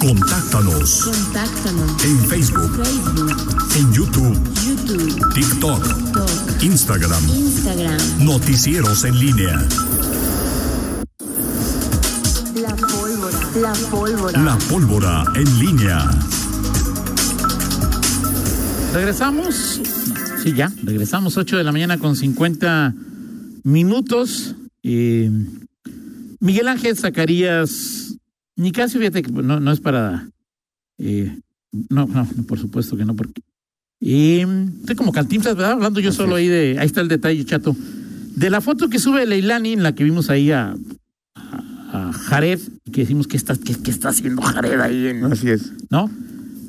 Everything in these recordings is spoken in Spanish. Contáctanos Contáctanos. en Facebook, Facebook, en YouTube, YouTube, TikTok, TikTok, Instagram, Instagram. Noticieros en línea. La pólvora. La pólvora. La pólvora en línea. Regresamos. Sí, ya. Regresamos 8 de la mañana con 50 minutos. Eh, Miguel Ángel Zacarías Nicasio, fíjate que pues, no, no es para. eh, no, no, por supuesto que no, porque. eh, estoy como cantinflas, ¿verdad? Hablando yo solo ahí de. Ahí está el detalle, chato. De la foto que sube Leilani, en la que vimos ahí a. a- a Jared, que decimos que está, que, que está haciendo Jared ahí en, Así es. ¿no?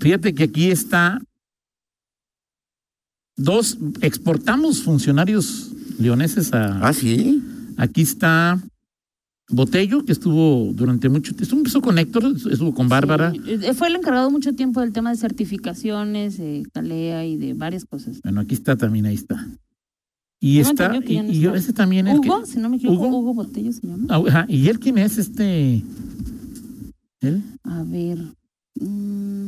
Fíjate que aquí está. Dos, exportamos funcionarios leoneses a. Ah, sí. Aquí está Botello, que estuvo durante mucho tiempo. Empezó con Héctor, estuvo con Bárbara. Sí, eh, fue el encargado mucho tiempo del tema de certificaciones, de Calea y de varias cosas. Bueno, aquí está también, ahí está. Y Tengo está. entendido Ah, que Y, ya no y yo, está. ese también el que- Hugo, si no me equivoco, Hugo. Hugo, Botello se llama. Ah, ajá, ¿Y él quién es este? Él, A ver. mm,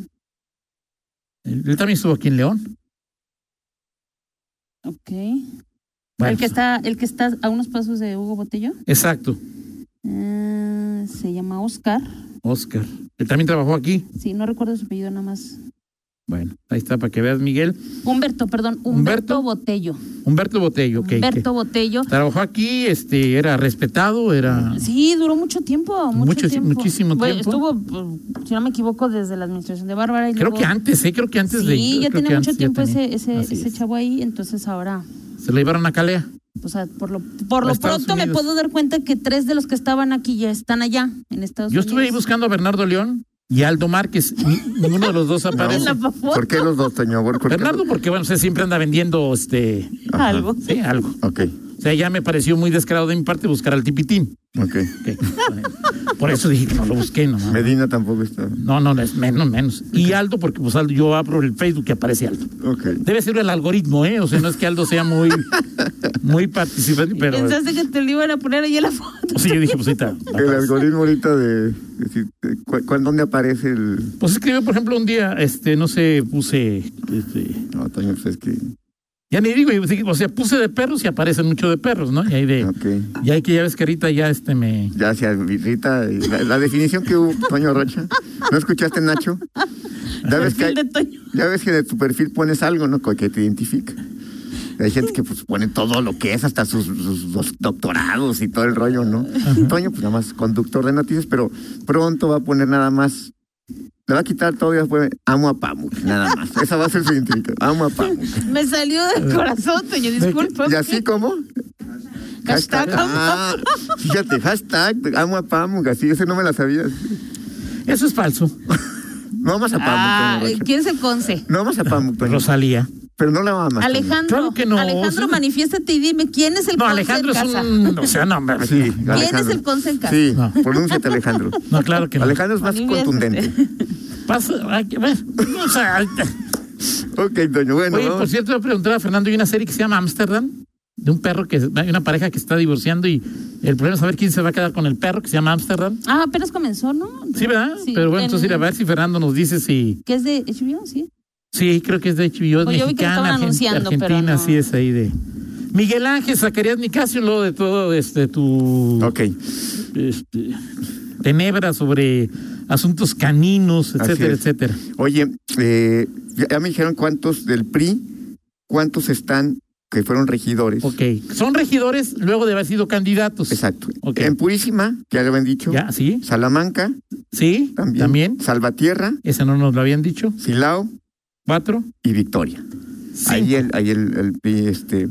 él, él también estuvo aquí en León. ok. Bueno, el que está, el que está a unos pasos de Hugo Botello, Exacto, eh, se llama Oscar. Oscar. Él también trabajó aquí. Sí, no recuerdo su apellido nada más. Bueno, ahí está para que veas, Miguel. Humberto, perdón, Humberto, Humberto. Botello. Humberto Botello, que- que, Humberto Botello. Trabajó aquí, este, era respetado, era. Sí, duró mucho tiempo, mucho Mucho- tiempo. muchísimo Bueno, tiempo. Estuvo, pues, si no me equivoco, desde la administración de Bárbara. Y Creo luego- que antes, eh, creo que antes de. Sí, ya creo que tenía mucho antes tiempo tenía. ese, ese, Así ese es. chavo ahí, entonces ahora, Se lo llevaron a Calea. o sea, por lo, por A lo Estados pronto me Unidos. puedo dar cuenta que tres de los que estaban aquí ya están allá, en Estados Yo Unidos. estuve ahí buscando a Bernardo León y Aldo Márquez. Ni- ninguno de los dos aparece. la foto. ¿Por qué los dos, Toño? ¿Por qué los- Bernardo, porque bueno, usted siempre anda vendiendo este. Ajá. algo. Sí, algo. Ok, O sea, ya me pareció muy descarado de mi parte buscar al tipitín. ok. Ok. Por eso dije que no lo busqué nomás. Medina tampoco está. No, no, es menos, menos. Y Aldo, porque pues Aldo, yo abro el Facebook y aparece Aldo. Ok. Debe ser el algoritmo, ¿eh? O sea, no es que Aldo sea muy, muy participante, pero. Pensaste que te lo iban a poner allá la foto. Pues sí, yo dije, pues ahorita. El algoritmo ahorita de. de si- de cu- cu- ¿Dónde aparece el.? Pues escribió, por ejemplo, un día, este, no sé, puse. Este, No, Toño, pues es que. ya ni digo, yo dije, o sea, puse de perros y aparecen mucho de perros, ¿no? Y ahí de. Ok. Y ahí que ya ves que ahorita ya este me. Ya se habilita. y La, la definición que hubo, Toño Rocha. ¿No escuchaste, Nacho? Ya ves que, hay- De Toño. ya ves que de tu perfil pones algo, ¿no? Que te identifica. Hay gente que pues, pone todo lo que es, hasta sus, sus dos doctorados y todo el rollo, ¿no? Toño, pues nada más conductor de noticias, pero pronto va a poner nada más. Le va a quitar todo y va a poner amo a Pamuk, nada más. Esa va a ser su identificación. Amo a Pamuk. Me salió del Eh, corazón, Toño, disculpa. ¿Y así cómo? Hashtag amo a Ah, fíjate, hashtag amo a Pamuk, así, ese no me la sabías. Eso es falso. No amas a Pamuk, Ah, Toño Rocha. ¿quién es el conce? No amas a Pamuk, Toño. Rosalía. Pero no la amas. Toño. Alejandro, Claro que no, Alejandro, sí. manifiéstate y dime quién es el No, conce Alejandro en es casa. un. O sea, no, hombre. Ah, Sí, ¿Quién es Alejandro. el conce en casa? Sí, No. pronúnciate, Alejandro. No, claro que no. Alejandro es más Manifiéstate. contundente. Pasa. Ay, bueno, o sea, Ok, Toño, bueno. Oye, por vamos. cierto, voy a preguntar a Fernando, hay una serie que se llama Amsterdam, de un perro que hay una pareja que está divorciando y el problema es saber quién se va a quedar con el perro que se llama Amsterdam. Ah, apenas comenzó, ¿no? Sí, ¿verdad? Sí, Pero bueno, en- entonces ir a ver si Fernando nos dice si. Que es de HBO, sí. Sí, creo que es de HBO, es Pues yo vi que mexicana, estaban argen- anunciando, pero argentina, no. sí es ahí de. Miguel Ángel, Zacarías Nicasio, luego de todo este tu Ok, este, tenebra sobre asuntos caninos, Así etcétera, es. etcétera. oye, eh, ya, ya me dijeron cuántos del PRI, cuántos están que fueron regidores. Ok. Son regidores luego de haber sido candidatos. Exacto. Ok. En Purísima, ya lo habían dicho. ¿Ya? ¿Sí? Salamanca, ¿Sí? también. ¿También? Salvatierra, Esa no nos lo habían dicho. Silao Cuatro. y Victoria. Ahí Cinco. el, ahí el, el PRI, este.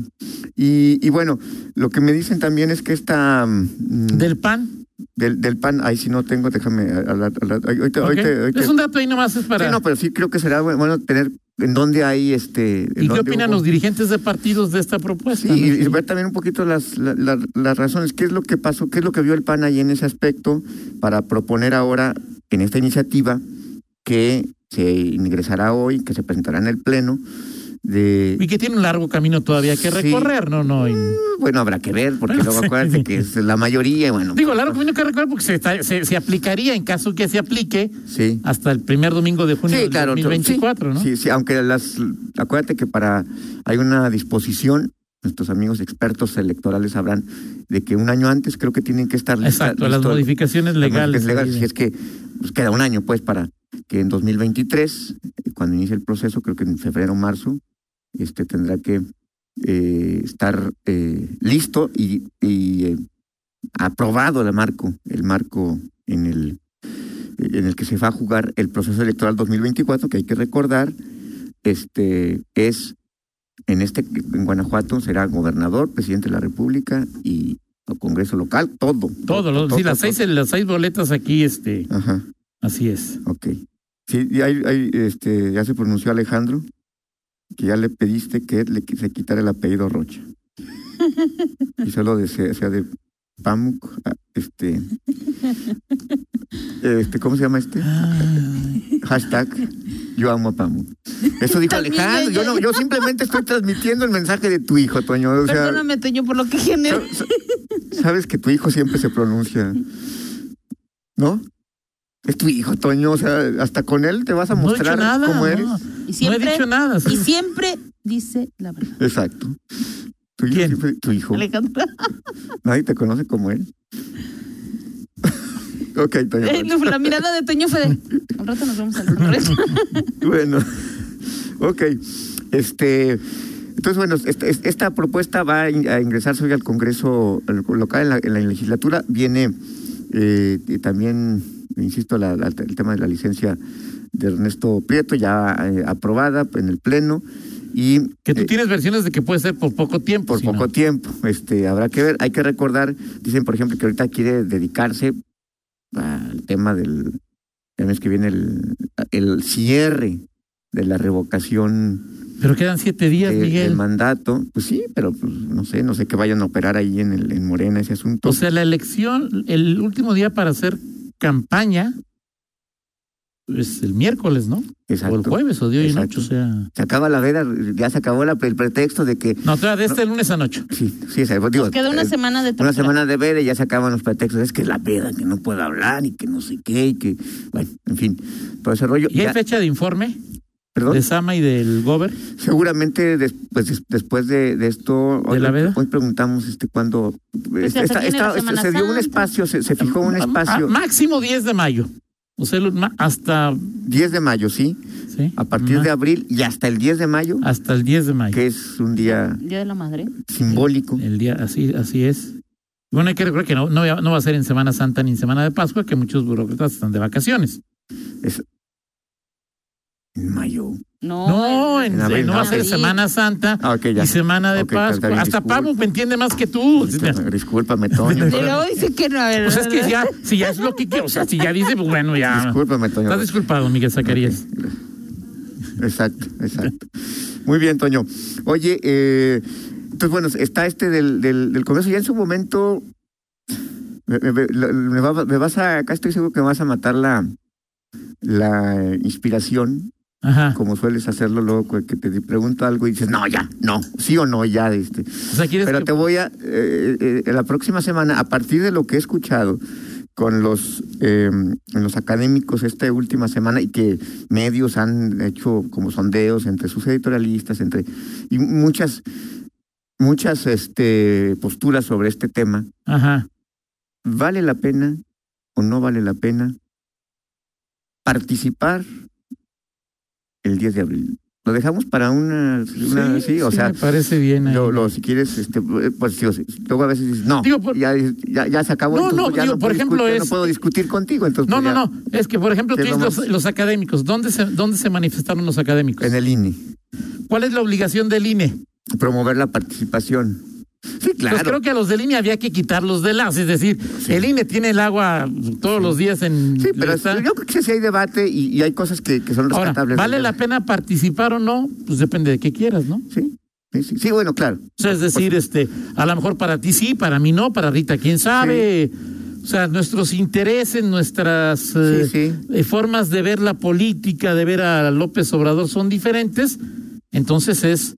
Y, y bueno, lo que me dicen también es que esta. mm, Del PAN. del, del PAN, ahí sí no tengo, déjame hablar. hablar. Ahorita- ok. ahorita- ahorita- Es un dato ahí nomás es para. Sí, no, pero sí creo que será bu- bueno tener en dónde hay este. en ¿Y qué dónde opinan hubo- los dirigentes de partidos de esta propuesta? Sí, no? y, y ver también un poquito las, la- la- las razones. ¿Qué es lo que pasó? ¿Qué es lo que vio el PAN ahí en ese aspecto para proponer ahora en esta iniciativa que se ingresará hoy, que se presentará en el Pleno? de Y que tiene un largo camino todavía que Sí. recorrer, ¿no? no y- Pues bueno, habrá que ver, porque Bueno, luego sí. acuérdense que es la mayoría, bueno, pues, Digo, largo camino que recorrer porque se, está- se, se aplicaría, en caso que se aplique, sí. hasta el primer domingo de junio Sí, del claro. 2024, sí, ¿no? Sí, sí, aunque las acuérdate que para hay una disposición nuestros amigos expertos electorales sabrán de que un año antes creo que tienen que estar lista- Exacto, las listo- modificaciones las legales. eh, modificaciones legales, si es que pues, queda un año pues para que en 2023 eh, cuando inicie el proceso creo que en febrero o marzo este tendrá que eh, estar eh, listo y, y, eh, aprobado el marco el marco en el en el que se va a jugar el proceso electoral 2024 que hay que recordar este es en este en Guanajuato será gobernador presidente de la República y o Congreso local todo Todo, lo- sí, las seis, las seis boletas aquí, este, ajá así es. Ok. Sí, y hay, hay, este, ya se pronunció Alejandro que ya le pediste que le, qui- se quitara el apellido Rocha. y solo de, sea, sea de Pamuk, ah, este, este, ¿cómo se llama este? Hashtag yo amo a Pamuk. Eso dijo También Alejandro. Yo, ella. no, yo simplemente estoy transmitiendo el mensaje de tu hijo, Toño. O sea, Perdóname, Toño, por lo que genero. Sabes que tu hijo siempre se pronuncia. ¿No? Es tu hijo, Toño. O sea, hasta con él te vas a No he dicho mostrar nada. cómo no. Y eres. No he siempre, dicho nada. y siempre dice la verdad. Exacto. Tu hijo, ¿Quién? siempre- tu hijo. Alejandra. Nadie te conoce como él. ok, Toño. pues. Eh, no, La mirada de Toño fue de. Un rato nos vamos al Congreso. Pues, Bueno, ok. Este, entonces, bueno, este- es- esta propuesta va a in- a ingresarse hoy al Congreso local en la, en la legislatura. Viene eh, y también, insisto, la- la- el tema de la licencia de Ernesto Prieto, ya eh, aprobada en el Pleno. Y Que tú eh, tienes versiones de que puede ser por poco tiempo. por si poco no. tiempo. Este, habrá que ver, hay que recordar, dicen por ejemplo que ahorita quiere dedicarse al tema del el mes que viene el, el cierre de la revocación Pero quedan siete días, de- del Miguel. eh, mandato. Pues sí, pero pues, no sé, no sé qué vayan a operar ahí en el en Morena ese asunto. O sea, la elección, el último día para hacer campaña es el miércoles, ¿no? O el Exacto. jueves, o de hoy en Exacto. ocho, o sea. Se acaba la veda, ya se acabó la- el pretexto de que No, todavía de este lunes a noche. sí, sí, se- digo, Nos queda una pues, eh, semana de Una tortura. semana de veda y ya se acaban los pretextos. Es que es la veda, que no puedo hablar y que no sé qué y que, bueno, en fin, todo ese rollo. ¿Y hay Ya- fecha de informe perdón. de Sama y del Gober? Seguramente des- pues, des- después de, de esto, hoy, ¿De la veda? hoy preguntamos este cuándo Pues ya se viene la Semana se dio un Santa. espacio, se, se fijó un Ah, ah. espacio, máximo 10 de mayo. O sea, el ma- hasta... 10 de mayo, sí, ¿sí? a partir de Ma- abril y hasta el 10 de mayo, Hasta el 10 de mayo. que es un día Día de la Madre. simbólico. El día, así, así es. Bueno, hay que recordar que no, no, va- no va a ser en Semana Santa ni en Semana de Pascua, que muchos burócratas están de vacaciones. En mayo. No. No, en- En abril, no va a no, ser sí. Semana Santa Ah, ok, ya. y Semana de Ok, está Pascua. bien, Pues Hasta disculpa. Pamo me entiende más que tú. Discúlpame, Toño. Y luego dice que no. a ver, Pues es que ¿verdad? ya, si ya es lo que quiero, o sea, si ya dice, pues bueno, ya. Discúlpame, Toño. Estás disculpado, Miguel Zacarías. Exacto, exacto. Muy bien, Toño. Oye, eh, entonces, bueno, está este del, del, del Congreso. Ya en su momento, me, me- me- la- me va- me vas a, acá estoy seguro que me vas a matar la, la inspiración, Ajá. como sueles hacerlo loco, que te pregunto algo y dices, no, ya, no, sí o no, ya. Este. O sea, quieres Pero que- pues te voy a, eh, eh, eh, la próxima semana, a partir de lo que he escuchado con los, eh, los académicos esta última semana y que medios han hecho como sondeos entre sus editorialistas, entre y muchas, muchas este, posturas sobre este tema, Ajá. ¿vale la pena o no vale la pena participar el 10 de abril? Lo dejamos para una, una- sí, o sea, me parece bien. ahí. lo, lo- si quieres, este, pues sí, o sí. luego a veces dices, no, Digo, por- ya, ya, ya se acabó. No, entonces, pues no, ya digo, por puedo ejemplo, discutir, es- no puedo discutir contigo. Entonces, no, no, pues, ya, no. Es que, por ejemplo, tú ¿Qué es dices lo los, más? los académicos, ¿dónde se, ¿dónde se manifestaron los académicos? En el INE, ¿Cuál es la obligación del INE? promover la participación. Sí, claro. Pues creo que a los del INE había que quitarlos de las. Es decir, Sí. el INE tiene el agua todos los días en. sí, pero está- yo creo que sí hay debate y, y hay cosas que, que son Ahora, rescatables. ¿vale la pena participar o no? Pues depende de qué quieras, ¿no? Sí, sí, sí, sí, bueno, claro. O sea, es decir, este, a lo mejor para ti sí, para mí no, para Rita, quién sabe. O sea, nuestros intereses, nuestras eh, sí. eh, formas de ver la política, de ver a López Obrador son diferentes. Entonces es,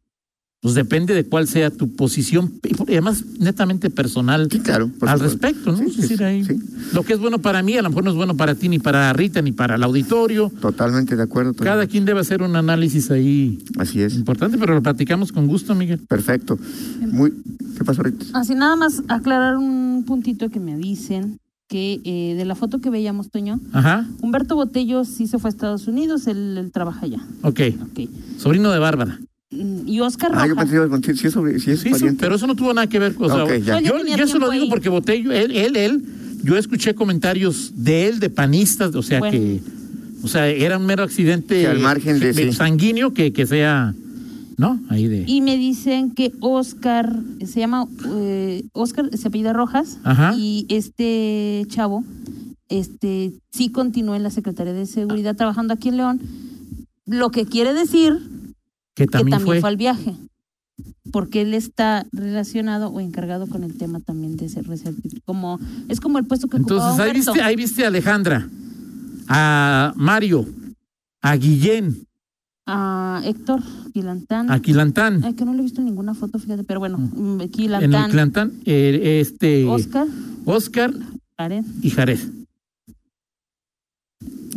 pues depende de cuál sea tu posición, y por- y además netamente personal Sí, claro. por al supuesto. respecto, ¿no? Sí, es decir, sí, ahí, sí. lo que es bueno para mí, a lo mejor no es bueno para ti, ni para Rita, ni para el auditorio. Totalmente de acuerdo. Cada totalmente. quien debe hacer un análisis ahí Así es. importante, pero lo platicamos con gusto, Miguel. Perfecto. Muy... ¿Qué pasó, Rita? Así nada más aclarar un puntito que me dicen, que eh, de la foto que veíamos, Toño, Ajá, Humberto Botello sí se fue a Estados Unidos, él, él trabaja allá. ok. ok. Sobrino de Bárbara. Mm, Y Oscar Ah, Rojas. yo pensé que ibas a contar si es, sobre, si es Sí, sí, pariente. pero eso no tuvo nada que ver con... o sea, Ok, ya. Él ya yo tenía yo eso lo tiempo digo ahí. porque Botello, él, él, él, yo escuché comentarios de él, de panistas, o sea Bueno. que... O sea, era un mero accidente Que al margen de- eh, sí. sanguíneo que, que sea... ¿No? Ahí de... Y me dicen que Oscar, se llama eh, Oscar, se apellida Rojas, Ajá. y este chavo este sí continuó en la Secretaría de Seguridad trabajando aquí en León, lo que quiere decir que que también, también fue, al viaje, porque él está relacionado o encargado con el tema también de ser reserv- como Es como el puesto que Entonces, ocupaba ahí Humberto. viste, ahí viste a Alejandra, a Mario, a Guillén, a Héctor Quilantán. a Quilantán. Ay, que no le he visto en ninguna foto, fíjate, pero bueno, mm, en el Quilantán, Quilantán, eh, este, Oscar. Oscar, Jared, y Jared.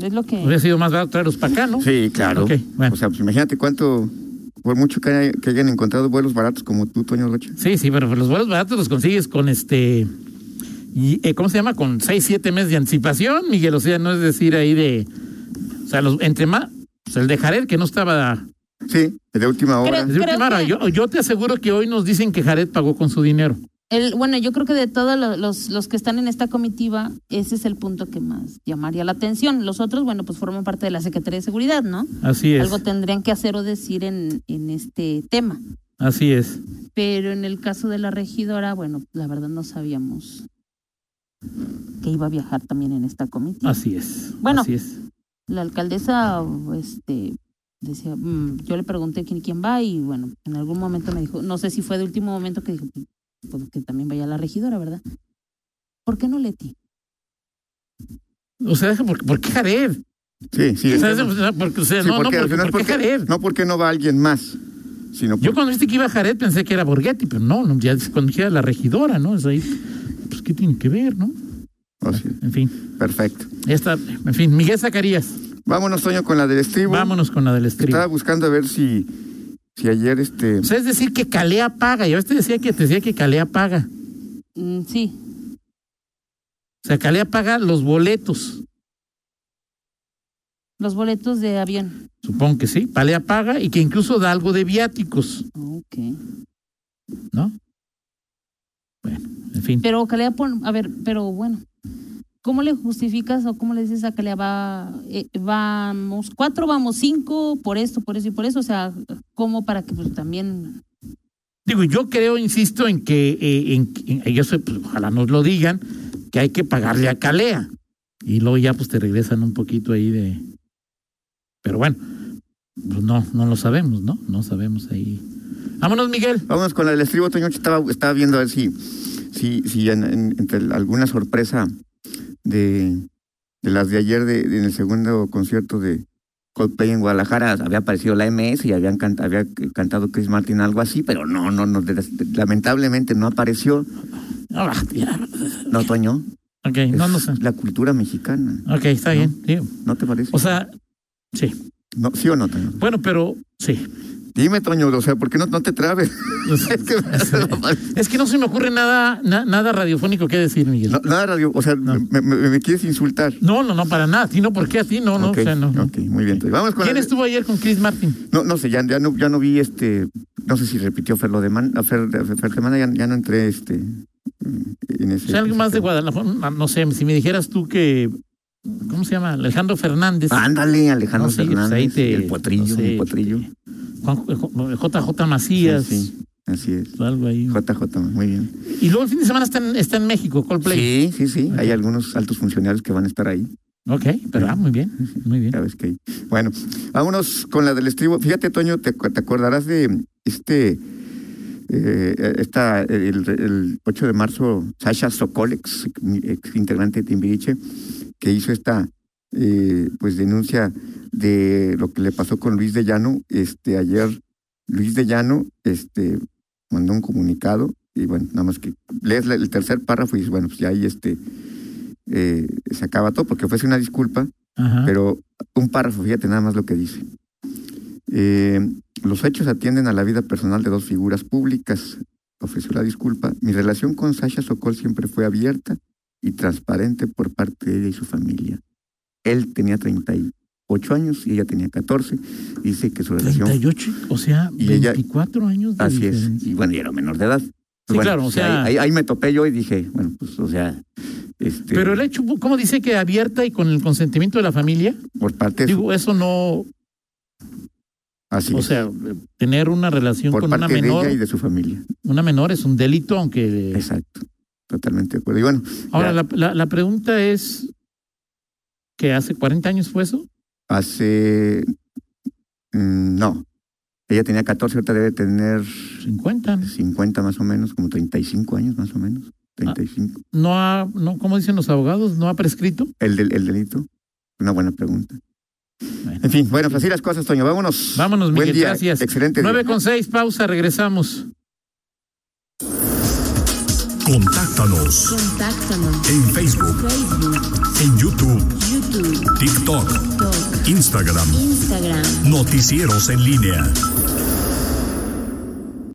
es lo que... Hubiera sido más barato traerlos para acá, ¿no? Sí, claro. Ok, bueno. O sea, pues imagínate cuánto, por mucho que, haya- que hayan encontrado vuelos baratos como tú, Toño Rocha. Sí, sí, pero los vuelos baratos los consigues con este. y, eh, ¿Cómo se llama? Con seis, siete meses de anticipación, Miguel. O sea, no es decir ahí de. O sea, los, entre más. pues, el de Jared, que no estaba. Sí, de última hora. desde Creo última hora. que- Yo, yo te aseguro que hoy nos dicen que Jared pagó con su dinero. El, bueno, yo creo que de todos lo- los, los que están en esta comitiva, ese es el punto que más llamaría la atención. Los otros, bueno, pues forman parte de la Secretaría de Seguridad, ¿no? Así es. Algo tendrían que hacer o decir en, en este tema. Así es. Pero en el caso de la regidora, bueno, la verdad no sabíamos que iba a viajar también en esta comitiva. Así es. Bueno. Así es. La alcaldesa, este, decía, mm, yo le pregunté quién, quién va y bueno, en algún momento me dijo, no sé si fue de último momento que dijo, pues que también vaya la regidora, ¿verdad? ¿Por qué no Leti? O sea, deja, ¿por, por qué Jared? Sí, sí. O sea, entiendo. o sea, porque, o sea, Sí, no, no, porque al porque, final, ¿por qué porque- Jared? no porque no va alguien más, sino Yo porque... cuando viste que iba Jared pensé que era Borghetti, pero no, no, ya cuando dijera la regidora, ¿no? Es ahí, pues qué tiene que ver, ¿no? Oh, sí, En fin, perfecto. esta, en fin, Miguel Zacarías, Vámonos, Toño, con la del estribo. vámonos con la del estribo. Estaba buscando a ver si, si ayer este... O sea, es decir que Calea paga, ya ves te decía que te decía que Calea paga. Mm, sí, O sea, Calea paga los boletos. los boletos de avión. Supongo que sí, Calea paga y que incluso da algo de viáticos, Ok. ¿no? Bueno, en fin. Pero Calea, pon- a ver, pero bueno, ¿cómo le justificas o cómo le dices a Calea, va, eh, vamos cuatro, vamos cinco, por esto, por eso y por eso? O sea, ¿cómo para que pues también... Digo, yo creo, insisto, en que eh, en, en- yo sé, pues, ojalá nos lo digan, que hay que pagarle a Calea. Y luego ya pues te regresan un poquito ahí de. Pero bueno, pues no, no lo sabemos, ¿no? No sabemos ahí. Vámonos, Miguel. Vámonos con la del estribo, Toño. Estaba, estaba viendo a ver si, si, si en- en- entre alguna sorpresa de, de las de ayer de, de en el segundo concierto de Coldplay en Guadalajara había aparecido la MS y habían can- había cantado Chris Martin algo así, pero no, no, no, des- lamentablemente no apareció. Ah, ya. No, Toño. Ok, no, es no sé. La cultura mexicana, Ok, está bien. sí. ¿no te parece? O sea, sí. No, ¿Sí o no, Toño? Bueno, pero sí. Pues, Dime, Toño, o sea, ¿por qué no, no te trabes? es que Es que no se me ocurre nada, na- nada radiofónico que decir, Miguel. No, nada, radio, o sea, me, me- me quieres insultar. No, no, no, para nada. ¿A ti no? ¿Por qué a ti? No, no, Ok, o sea, no. no. ok, muy bien. Entonces, vamos con ¿Quién la- estuvo ayer con Chris Martin? No, no sé, ya, ya no, ya no vi este, no sé si repitió Fer lo de Man, a Fer, a Fer de Mana, ya, ya no entré este en ese. O sea, algo más de ese- Guadalajara, no- no sé, si me dijeras tú que, ¿cómo se llama? Alejandro Fernández. Ándale, Alejandro No, sí, pues, Fernández, ahí te- el potrillo, no sé, el potrillo. este, Juan- J- JJ Macías, Sí, sí, así es. algo ahí. JJ, muy bien. Y luego el fin de semana está en, está en México, Coldplay. Sí, sí, sí, hay algunos altos funcionarios que van a estar ahí. Ok, pero ah, muy bien, muy bien. Ya ves que hay. Bueno, vámonos con la del estribo. Fíjate, Toño, te, acu- te acordarás de este. eh, esta, el, el 8 de marzo, Sasha Sokol, ex, ex integrante de Timbiriche, que hizo esta eh, pues denuncia de lo que le pasó con Luis de Llano este, ayer Luis de Llano este, mandó un comunicado y bueno, nada más que lees la- el tercer párrafo y dices, bueno, pues ya ahí este, eh, se acaba todo porque ofrece una disculpa Ajá. pero un párrafo, fíjate nada más lo que dice. Eh, los hechos atienden a la vida personal de dos figuras públicas. Ofreció la disculpa. Mi relación con Sasha Sokol siempre fue abierta y transparente por parte de ella y su familia. Él tenía 38 años y ella tenía 14. Dice que su relación... 38, o sea, pues, Y ella- 24 años de Así es. diferencia. Y bueno, y era menor de edad. Bueno, claro, o pues, sea- Ahí, ahí- ahí me topé yo y dije, bueno, pues, o sea... Este, Pero el hecho, ¿cómo dice que abierta y con el consentimiento de la familia? Por parte de su- Digo, eso no, así o es, sea, tener una relación por con una parte de menor, ella y de su familia. una menor es un delito, aunque... Exacto, totalmente de acuerdo. Y bueno, Ahora, ya. la, la, la pregunta es, ¿que hace 40 años fue eso? hace... mm, No, ella tenía 14, ahorita debe tener 50. ¿no? 50 más o menos, como 35 años más o menos, 35. No ha, no, ¿cómo dicen los abogados? ¿No ha prescrito? ¿El, del, ¿El delito? Una buena pregunta. Bueno. En fin, bueno, pues así las cosas, Toño, vámonos. Vámonos, Buen Miguel, día, gracias. Excelente. día. 9 con 6, pausa, regresamos. Contáctanos Contáctanos. en Facebook, Facebook, en YouTube, YouTube, TikTok, Talk, Instagram, Instagram. Noticieros en línea.